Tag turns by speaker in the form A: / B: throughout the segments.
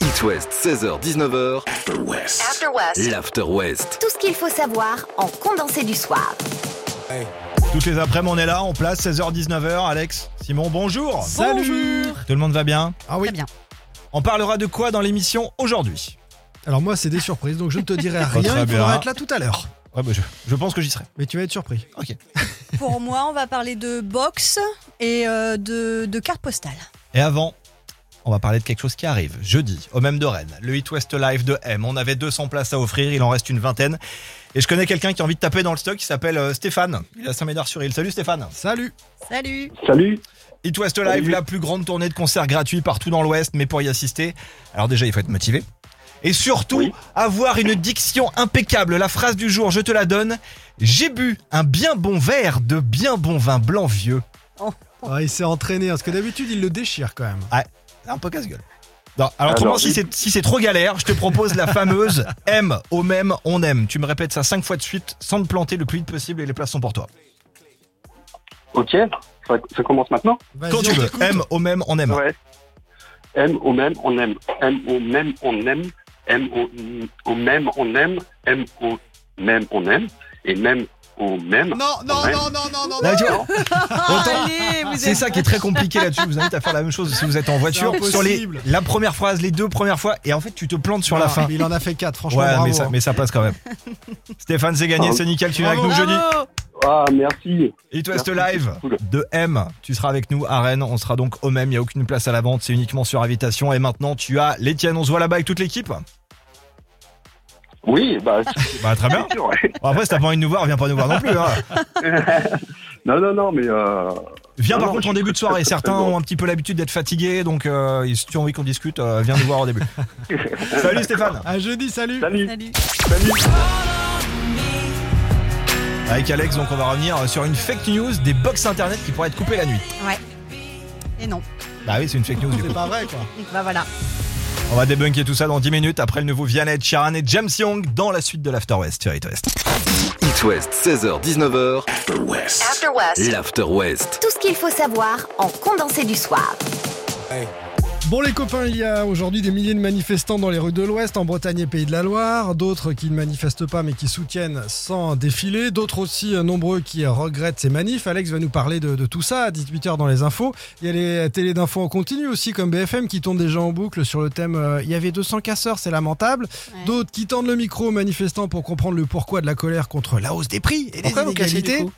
A: It West, 16h-19h.
B: After West.
C: After West.
A: L'After West.
C: Tout ce qu'il faut savoir en condensé du soir.
D: Toutes les après on est là, on place 16h-19h. Alex, Simon, bonjour.
E: Salut
D: Tout le monde va bien
E: Ah oui,
F: Très bien.
D: On parlera de quoi dans l'émission aujourd'hui
E: alors moi c'est des surprises, donc je ne te dirai
D: Très
E: rien, il faudra
D: bien.
E: être là tout à l'heure.
D: Ouais, bah, je, je pense que j'y serai.
E: Mais tu vas être surpris.
F: Pour moi, on va parler de box et euh, de, de cartes postales.
D: Et avant, on va parler de quelque chose qui arrive. Jeudi, au même de Rennes, le Hit West Live de M. On avait 200 places à offrir, il en reste une vingtaine. Et je connais quelqu'un qui a envie de taper dans le stock, qui s'appelle euh, Stéphane. Il est à Saint-Médard-sur-Île. Salut Stéphane.
E: Salut
F: Salut
G: Salut.
D: Hit West Live,
G: Salut.
D: la plus grande tournée de concerts gratuits partout dans l'Ouest, mais pour y assister, alors déjà il faut être motivé. Et surtout,
G: Oui.
D: avoir une diction impeccable. La phrase du jour, je te la donne. J'ai bu un bien bon verre de bien bon vin blanc vieux.
E: Ah, Il s'est entraîné, hein, parce que d'habitude il le déchire quand même.
D: Un peu casse-gueule. Non, alors, autrement, si
G: il-
D: c'est si c'est trop galère, je te propose la fameuse M au même, on aime. Tu me répètes ça cinq fois de suite, sans te planter le plus vite possible, et les places sont pour toi.
G: Ok. Ça, ça commence maintenant
E: Vas-y,
D: Quand tu
E: on
D: veux.
E: t'écoute.
D: M au même, on aime.
G: Ouais. M au même, on aime. M au même, on aime. M au, au même, on aime. M au même, on aime. Et même au même.
E: Non, non,
G: Ouais.
E: non, non, non, non,
D: Là, tu vois, autant-
F: Ah, Allez, vous
D: C'est
F: êtes-
D: ça qui est très compliqué là-dessus. Je vous invite à faire la même chose si vous êtes en voiture.
E: C'est
D: Sur les,
E: impossible.
D: la première phrase, les deux premières fois, et en fait, tu te plantes sur la
G: Ah,
E: Non,
D: fin.
E: mais Il en a fait 4, franchement.
D: Ouais,
E: bravo,
D: mais ça,
E: hein.
D: mais ça passe quand même. Stéphane, c'est gagné,
G: Bravo.
D: c'est nickel. Tu viens avec
E: Bravo.
D: nous jeudi.
F: Bravo.
G: Ah, merci.
D: It West
G: Merci,
D: Live
G: c'est cool.
D: de M. Tu seras avec nous à Rennes. On sera donc au même. Il n'y a aucune place à la vente. C'est uniquement sur invitation. Et maintenant, tu as les tiennes. On se voit là-bas avec toute l'équipe.
G: Oui, bah, c'est
D: Bah, très bien.
G: sûr. ouais.
D: Bon, après, si t'as pas envie de nous voir, viens pas nous voir non plus. hein.
G: non, non, non, mais. Euh...
D: Viens
G: Non,
D: par
G: non,
D: contre
G: je
D: en
G: suis
D: début de soirée.
G: très, très
D: Certains
G: bon.
D: ont un petit peu l'habitude d'être fatigués. Donc, euh, si tu as envie qu'on discute, euh, viens nous voir au début. Salut Stéphane.
E: À jeudi, Ah, salut
G: Salut.
F: Salut
D: Avec Alex, donc on va revenir sur une fake news des box internet qui pourraient être coupées la nuit.
F: Et non.
D: Bah oui, c'est une fake news du coup.
E: C'est pas vrai quoi.
F: Bah voilà.
D: On va débunker tout ça dans 10 minutes après le nouveau Vianney, Sharon et James Young dans la suite de l'After West sur It West.
A: It West, 16h-19h.
B: After West.
C: After West.
A: L'After West.
C: Tout ce qu'il faut savoir en condensé du soir.
E: Bon les copains, il y a aujourd'hui des milliers de manifestants dans les rues de l'Ouest, en Bretagne et Pays de la Loire, d'autres qui ne manifestent pas mais qui soutiennent sans défiler, d'autres aussi euh, nombreux qui euh, regrettent ces manifs. Alex va nous parler de, de tout ça à 18h dans les infos. Il y a les télés d'infos en continu aussi comme BFM qui tournent déjà en boucle sur le thème euh, il y avait 200 casseurs, c'est lamentable
F: Ouais.
E: D'autres qui tendent le micro aux manifestants pour comprendre le pourquoi de la colère contre la hausse des prix et
F: Pourquoi
E: les
F: vous cassez, du
E: inégalités.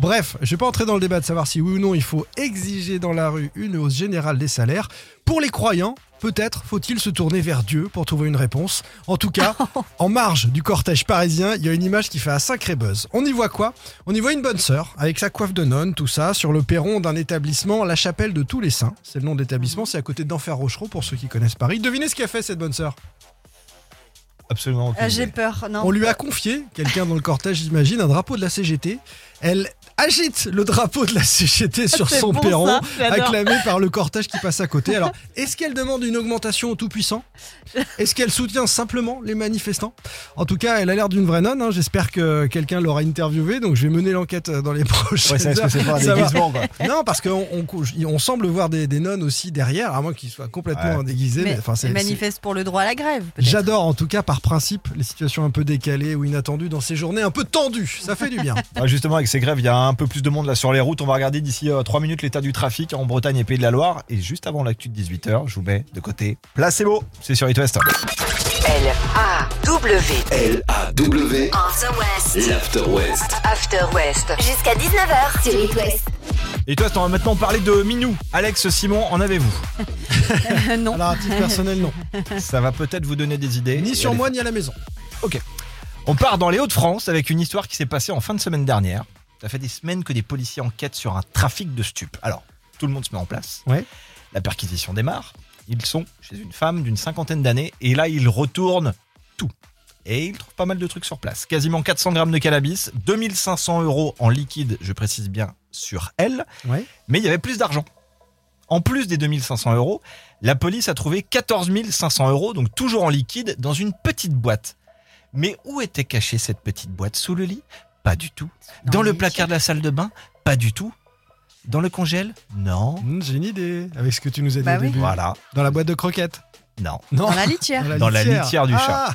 E: Bref, je vais pas entrer dans le débat de savoir si oui ou non il faut exiger dans la rue une hausse générale des salaires. Pour les croyants, peut-être faut-il se tourner vers Dieu pour trouver une réponse. En tout cas, en marge du cortège parisien, il y a une image qui fait un sacré buzz. On y voit quoi On y voit une bonne sœur avec sa coiffe de nonne, tout ça, sur le perron d'un établissement, la chapelle de tous les saints. C'est le nom de l'établissement, c'est à côté d'Enfer Rochereau pour ceux qui connaissent Paris. Devinez ce qu'a fait cette bonne sœur
D: Absolument. aucune
F: Euh, J'ai
D: idée.
F: peur, non
E: on lui a confié, quelqu'un dans le cortège, j'imagine, un drapeau de la CGT. Elle agite le drapeau de la CGT sur
F: Ah, C'est
E: son
F: bon,
E: perron,
F: ça, j'adore.
E: acclamé par le cortège qui passe à côté. Alors, est-ce qu'elle demande une augmentation au tout-puissant Est-ce qu'elle soutient simplement les manifestants En tout cas, elle a l'air d'une vraie nonne. hein. J'espère que quelqu'un l'aura interviewée. Donc, je vais mener l'enquête euh, dans les prochaines
D: Ouais, ça, est-ce que
E: heures.
D: c'est pas un
E: Ça va.
D: déguisement, quoi
E: Non, parce qu'on on, cou- on semble voir des, des nonnes aussi derrière, à moins qu'ils soient complètement déguisés.
F: Mais
E: mais enfin, c'est-
F: il
E: c'est-
F: manifeste pour le droit à la grève. peut-être.
E: J'adore en tout cas par principe les situations un peu décalées ou inattendues dans ces journées un peu tendues, ça fait du bien.
D: Ah, Justement, avec ces grèves, il y a un peu plus de monde là sur les routes. On va regarder d'ici 3 minutes l'état du trafic en Bretagne et Pays de la Loire. Et juste avant l'actu de 18h, je vous mets de côté Placebo. C'est sur It West.
C: L-A-W.
A: L-A-W.
C: En the West.
A: L'After West.
C: After West. Jusqu'à 19h sur It West.
D: Et toi, on va maintenant parler de Minou. Alex, Simon, en avez-vous
F: Euh, non.
E: Alors à titre personnel non,
D: Ça va peut-être vous donner des idées.
E: ni sur
D: Allez,
E: moi ni à la maison.
D: On part dans les Hauts-de-France avec une histoire qui s'est passée en fin de semaine dernière. Ça fait des semaines que des policiers enquêtent sur un trafic de stupes. Alors, tout le monde se met en place.
E: Ouais.
D: La perquisition démarre. Ils sont chez une femme d'une cinquantaine d'années et là, ils retournent tout. Et ils trouvent pas mal de trucs sur place. Quasiment 400 grammes de cannabis, 2500 euros en liquide, je précise bien, sur elle.
E: Ouais.
D: Mais il y avait plus d'argent. En plus des 2500 euros, la police a trouvé 14 500 euros, donc toujours en liquide, dans une petite boîte. Mais où était cachée cette petite boîte Sous le lit Pas du tout. Dans,
F: Dans
D: le
F: les
D: placard de la salle de bain Pas du tout. Dans le congèle Non.
E: Hmm, J'ai une idée avec ce que tu nous as dit
F: Bah
E: au
F: oui.
E: début.
D: Voilà.
E: Dans la boîte de croquettes.
D: Non.
E: Non.
F: Dans la litière.
D: Dans la litière du chat.
E: Ah,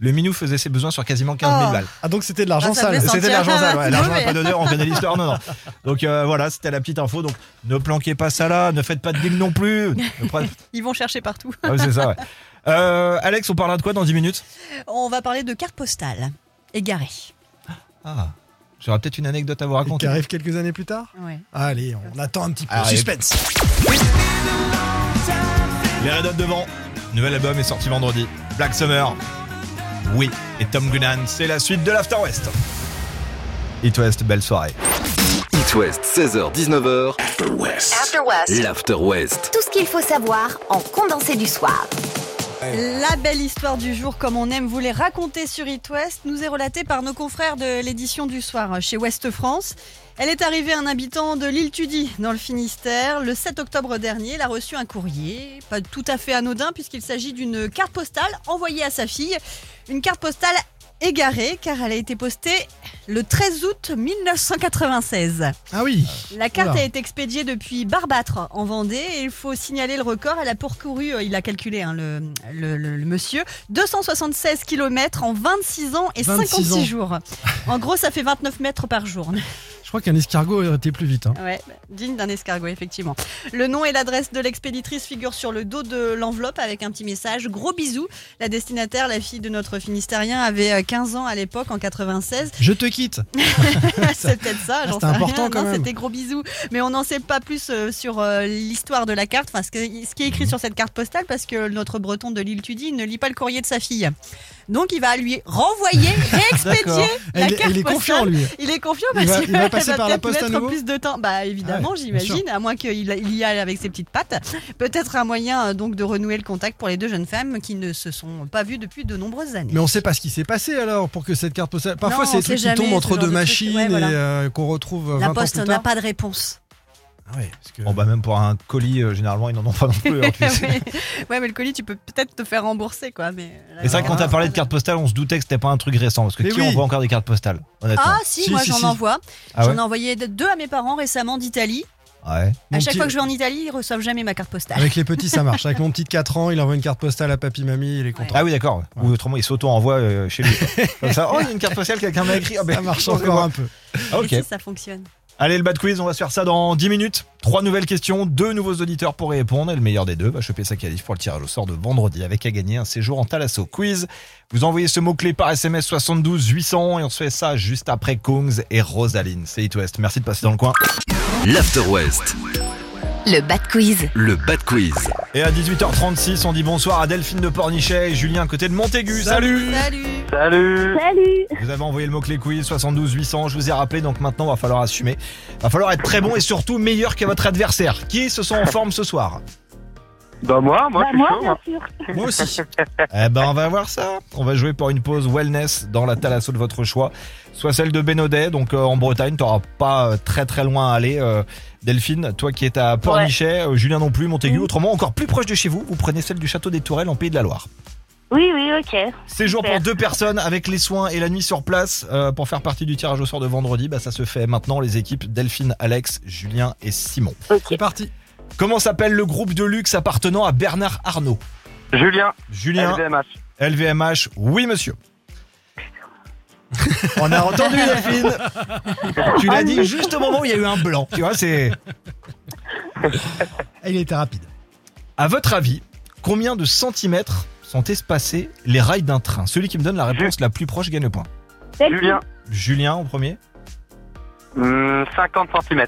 D: Le minou faisait ses besoins sur quasiment 15 000
F: Ah.
D: balles.
E: Ah, donc c'était de l'argent
F: Ah, ça
E: sale.
F: devait
D: C'était de
F: sentir
D: l'argent sale, ouais.
F: mauvais.
D: L'argent n'a pas d'odeur, on connaît l'histoire. Non, non. Donc euh, voilà, c'était la petite info. Donc ne planquez pas ça là, ne faites pas de deal non plus. Ne prenez-
F: Ils vont chercher partout.
D: Ah oui, c'est ça, ouais. Euh, Alex, on parlera de quoi dans 10 minutes
F: On va parler de cartes postales égarées.
D: Ah, j'aurais peut-être une anecdote à vous
E: Et Qui
D: raconter.
E: arrive quelques années plus tard Allez, on attend un petit peu.
D: Arrête.
E: Suspense.
D: Les Red Hot devant. Nouvel album est sorti vendredi. Black Summer. Oui, et Tom Gunnan, c'est la suite de l'After West. It West, belle soirée.
A: It West, 16h-19h,
C: After West.
A: l'After West.
C: Tout ce qu'il faut savoir en condensé du soir.
F: La belle histoire du jour, comme on aime vous les raconter sur It West, nous est relatée par nos confrères de l'édition du soir chez Ouest France. Elle est arrivée à un habitant de l'île Tudy, dans le Finistère. Le 7 octobre dernier, elle a reçu un courrier, pas tout à fait anodin, puisqu'il s'agit d'une carte postale envoyée à sa fille. Une carte postale égarée, car elle a été postée le 13 août 1996.
E: Ah oui.
F: La carte
E: Oula.
F: a été expédiée depuis Barbâtre en Vendée et il faut signaler le record. Elle a parcouru, euh, il a calculé hein, le, le- le- le monsieur, 276 km en 26 ans et
E: 26
F: 56
E: ans.
F: jours. En gros, ça fait 29 mètres par jour.
E: Je crois qu'un escargot aurait été plus vite. hein.
F: Ouais, digne d'un escargot, effectivement. Le nom et l'adresse de l'expéditrice figurent sur le dos de l'enveloppe avec un petit message. Gros bisous. La destinataire, la fille de notre Finistérien, avait euh, 15 ans à l'époque, en 96.
E: Je te quitte.
F: c'est peut-être ça, j'en
E: Ah, c'était
F: sais
E: important
F: rien.
E: quand
F: Non,
E: même.
F: C'était gros bisous. Mais on n'en sait pas plus euh, sur euh, l'histoire de la carte, enfin ce, que- ce qui est
E: Mhm.
F: écrit sur cette carte postale, parce que notre breton de l'île Tudy ne lit pas le courrier de sa fille. Donc il va lui renvoyer,
D: D'accord.
F: réexpédier la
E: Il, est-
F: carte
E: il est confiant,
F: postale.
E: lui.
F: Il est confiant
E: Il
F: parce
E: va-
F: que
E: il va passer par la
F: peut-être
E: poste à
F: mettre
E: nouveau
F: plus de temps. Bah évidemment,
E: Ah ouais, bien
F: j'imagine, à moins qu'il il y aille avec ses petites pattes. Peut-être un moyen euh, donc de renouer le contact pour les deux jeunes femmes qui ne se sont pas vues depuis de nombreuses années.
E: Mais on sait pas ce qui s'est passé alors pour que cette carte postale. Parfois,
F: Non,
E: c'est
F: on
E: des trucs
F: sait
E: qui
F: jamais
E: tombent
F: ce
E: entre
F: genre
E: deux
F: de trucs.
E: machines
F: Ouais, voilà.
E: et euh, qu'on retrouve euh,
F: la
E: 20
F: poste
E: ans plus
F: n'a
E: tard.
F: pas de réponse.
E: Ah ouais, parce que-
D: Bon, bah, même pour un colis, euh, généralement, ils n'en ont pas non plus. hein, tu sais.
F: ouais. Ouais, mais le colis, tu peux peut-être te faire rembourser, quoi. Mais euh,
D: Et c'est vrai que quand t'as
F: Ah.
D: parlé de carte postale, on se doutait que c'était pas un truc récent. Parce que
E: Mais
D: qui
E: oui.
D: envoie encore des cartes postales Honnêtement.
F: Ah, si,
E: Si,
F: moi
E: si,
F: j'en
E: si.
F: envoie.
D: Ah ouais
F: j'en ai envoyé deux à mes parents récemment d'Italie.
D: Ouais.
E: Mon
F: À chaque
E: petit-
F: fois que je vais en Italie, ils reçoivent jamais ma carte postale.
E: Avec les petits, ça marche. Avec mon petit de 4 ans, il envoie une carte postale à papy, mamie, il est content.
D: Ah oui, d'accord. Ou autrement, il s'auto-envoie euh, chez lui. quoi. Comme ça, oh, il y a une carte postale, quelqu'un m'a écrit. Ah, ben,
F: bah,
E: Ça marche
D: on va
E: encore
D: voir.
E: un peu.
D: Ah,
F: Et
D: ok.
F: si ça fonctionne.
D: Allez, le bad quiz, on va se faire ça dans 10 minutes. Trois nouvelles questions, deux nouveaux auditeurs pour y répondre. Et le meilleur des deux va choper sa qualif pour le tirage au sort de vendredi avec à gagner un séjour en Thalasso Quiz. Vous envoyez ce mot-clé par SMS 72 800 et on se fait ça juste après Kongs et Rosaline. C'est It West. Merci de passer dans le coin.
A: L'After West,
C: Le Bat Quiz.
A: le Bad Quiz.
D: Et à 18h36, on dit bonsoir à Delphine de Pornichet et Julien à côté de Montaigu. Salut
F: Salut
G: Salut
D: Vous avez envoyé le mot-clé quiz 72 800, je vous ai rappelé, donc maintenant va falloir assumer. Va falloir être très bon et surtout meilleur que votre adversaire. Qui se sent en forme ce soir
G: Bah moi, moi
B: Bah,
G: je suis
B: moi,
G: chaud.
B: bien
G: hein.
B: sûr.
E: Moi aussi.
D: Eh ben on va voir ça. On va jouer pour une pause wellness dans la thalasso de votre choix, soit celle de Bénodet. Donc euh, en Bretagne, t'auras pas euh, très très loin à aller. euh, Delphine, toi qui es à Pornichet, euh, Julien non plus,
B: Mmh.
D: Montaigu. Autrement, encore plus proche de chez vous, vous prenez celle du château des Tourelles en Pays de la Loire.
B: Oui, oui, ok.
D: Séjour pour
B: Super.
D: deux personnes avec les soins et la nuit sur place euh, pour faire partie du tirage au sort de vendredi. Bah, ça se fait maintenant les équipes Delphine, Alex, Julien et Simon.
E: C'est parti.
D: Comment s'appelle le groupe de luxe appartenant à Bernard Arnault
G: Julien,
B: Eh
D: Julien,
B: ben,
D: LVMH,
G: LVMH.
D: oui monsieur. On a entendu Delphine. tu l'as dit juste au moment où il y a eu un blanc. Tu vois, c'est.
E: Ah, Il était rapide.
D: À votre avis, combien de centimètres sont espacés les rails d'un train Celui qui me donne la réponse la plus proche gagne le point.
G: Julien,
D: Julien en premier.
G: hum, 50 cm.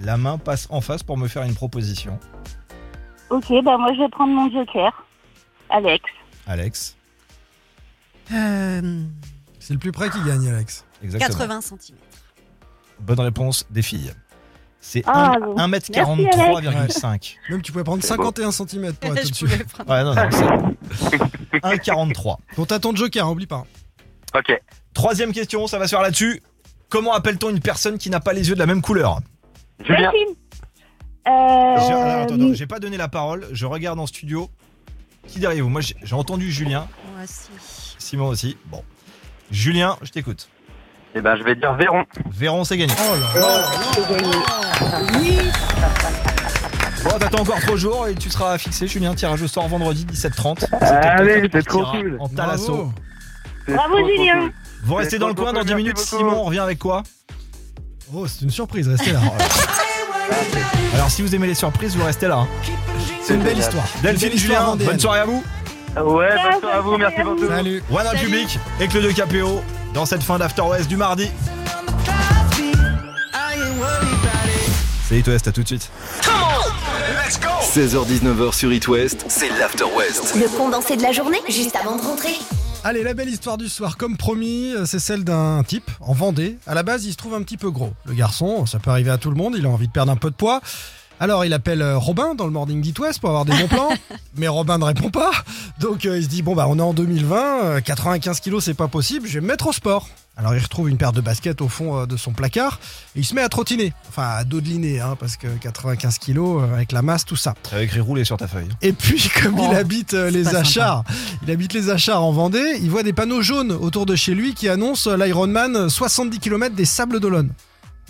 D: La main passe en face pour me faire une proposition.
B: Ok, bah moi je vais prendre mon joker. Alex.
D: Alex,
F: Euh,
E: C'est le plus près qui gagne, Alex.
D: exactement.
F: 80 cm.
D: Bonne réponse des filles. C'est
B: Ah,
D: un-
B: bon.
D: 1m43,5.
E: Même tu pouvais prendre
G: C'est beau.
E: 51 cm pour être
F: Je
E: au-dessus.
F: pouvais prendre.
D: Ouais, non, non, c'est 1,43.
E: Bon, t'as ton joker, hein, oublie pas.
G: Ok.
D: Troisième question, ça va se faire là-dessus. Comment appelle-t-on une personne qui n'a pas les yeux de la même couleur
G: Julien,
B: Delphine.
D: J'ai- alors, attends, attends,
B: Euh,
D: J'ai pas donné la parole, je regarde en studio. Qui derrière vous Moi, j'ai j'ai entendu Julien,
F: Moi, Ah, si.
D: Simon aussi. Bon. Julien, je t'écoute.
G: eh ben je vais dire Véron.
F: Oh
D: Véron, c'est gagné.
E: Oh là là.
D: Bon, t'attends encore trois jours et tu seras fixé, Julien. Tirage au sort vendredi 17h30.
G: Ah, Allez, c'est
D: 17h30,
G: trop
D: partira
G: cool.
F: Oh,
D: En
E: Oh, Bravo.
D: talasso.
G: C'est
B: Bravo,
G: trop, trop
B: Julien.
G: cool.
D: Vous restez
G: C'est
D: dans le
G: trop
D: coin
G: cool,
D: dans 10
G: merci
D: minutes.
G: beaucoup.
D: Simon, on revient avec quoi
E: Oh, c'est une surprise, restez là.
D: Alors, si vous aimez les surprises, vous restez là. hein.
E: C'est une belle histoire. Une
D: Delphine,
E: belle histoire
D: Julien,
E: vendéenne.
D: bonne soirée à vous.
G: Ouais,
B: Ciao,
G: bonne soirée à vous,
B: bonne
G: merci
B: soirée à
G: pour
B: vous.
G: tout.
E: Salut.
D: One Up
F: Salut.
D: Public et Claude KPO dans cette fin d'After West du mardi. C'est It West, à tout de suite.
A: 16h-19h sur It West, c'est l'After West.
C: Le condensé de la journée, juste avant de rentrer.
E: Allez, la belle histoire du soir, comme promis, euh, c'est celle d'un type en Vendée. À la base, il se trouve un petit peu gros. Le garçon, ça peut arriver à tout le monde, il a envie de perdre un peu de poids. Alors, il appelle euh, Robin dans le Morning d'It West pour avoir des bons plans, mais Robin ne répond pas. Donc, euh, il se dit Bon, bah, on est en 2020, euh, 95 kilos, c'est pas possible, je vais me mettre au sport. Alors, il retrouve une paire de baskets au fond euh, de son placard et il se met à trottiner. Enfin, à dodeliner, hein, parce que 95 kilos, euh, avec la masse, tout ça.
D: T'avais écrit rouler sur ta feuille.
E: Et puis, comme
F: Oh,
E: il habite euh, les
F: pas
E: achats, il habite les achats en Vendée, il voit des panneaux jaunes autour de chez lui qui annoncent euh, l'Ironman 70 km des Sables d'Olonne.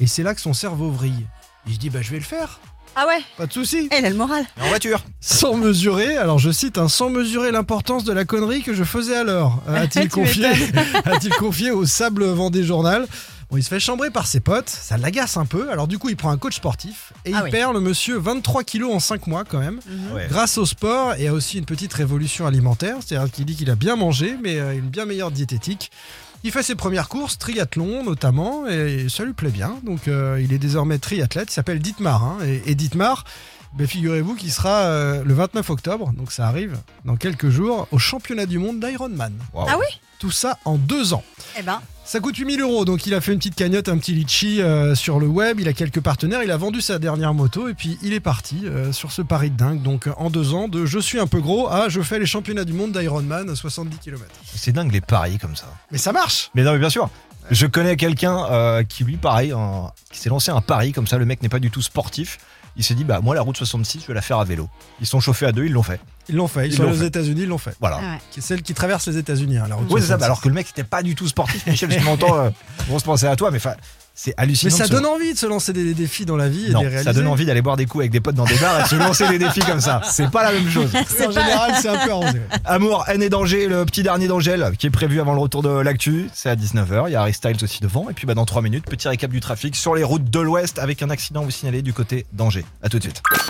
E: Et c'est là que son cerveau vrille. Il se dit, bah, je vais le faire,
F: Ah ouais,
E: pas de souci.
F: elle a le moral.
D: En voiture.
E: Sans mesurer, alors je cite, hein, sans mesurer l'importance de la connerie que je faisais alors, euh, a-t-il
F: Tu
E: confié, a-t-il confié au Sable Vendée Journal. Bon, il se fait chambrer par ses potes, ça l'agace un peu, alors du coup, il prend un coach sportif et
F: Ah
E: il
F: oui. Mhm.
E: perd le monsieur 23 kilos en 5 mois quand même.
D: Ouais.
E: Grâce au sport et à aussi une petite révolution alimentaire, c'est-à-dire qu'il dit qu'il a bien mangé, mais euh, une bien meilleure diététique. Il fait ses premières courses, triathlon notamment, et ça lui plaît bien. Donc euh, il est désormais triathlète, il s'appelle Dietmar. hein. et, et Dietmar, ben, figurez-vous qu'il sera euh, le 29 octobre, donc ça arrive dans quelques jours, au championnat du monde d'Ironman.
D: Waouh.
F: Ah oui
E: Tout ça en deux ans.
F: Eh ben,
E: Ça coûte 8000 euros, donc il a fait une petite cagnotte, un petit litchi euh, sur le web, il a quelques partenaires, il a vendu sa dernière moto et puis il est parti euh, sur ce pari de dingue. Donc euh, en deux ans, de je suis un peu gros à je fais les championnats du monde d'Ironman à 70 km.
D: C'est dingue les paris comme ça.
E: Mais ça marche
D: Mais non, mais bien sûr. Je connais quelqu'un euh, qui, lui, pareil, un- qui s'est lancé un pari, comme ça, le mec n'est pas du tout sportif. Il s'est dit, bah, moi, la route 66, je vais la faire à vélo. Ils sont chauffés à deux, ils l'ont fait.
E: Ils l'ont fait, ils,
D: Ils
E: sont
D: l'ont
E: allés aux
D: fait.
E: États-Unis, ils l'ont fait.
D: Voilà.
F: ah ouais.
E: Qui est celle qui traverse les États-Unis. hein, la route
D: Oui, c'est ça. bah
E: 66.
D: Alors que le mec n'était pas du tout sportif, Michel, je m'entends, euh, on se pensait à toi, mais enfin, c'est hallucinant.
E: Mais ça
D: de se-
E: donne envie de se lancer des, des défis dans la vie et de
D: Non,
E: les réaliser.
D: ça donne envie d'aller boire des coups avec des potes dans des bars et de se lancer des défis comme ça. C'est pas la même chose.
E: En général, c'est un peu arrosé.
D: Amour, haine et danger, le petit dernier d'Angèle qui est prévu avant le retour de l'actu. C'est à 19h. Il y a Harry Styles aussi devant. Et puis bah, dans 3 minutes, petit récap du trafic sur les routes de l'Ouest avec un accident vous signalé du côté d'Angers. À tout de suite.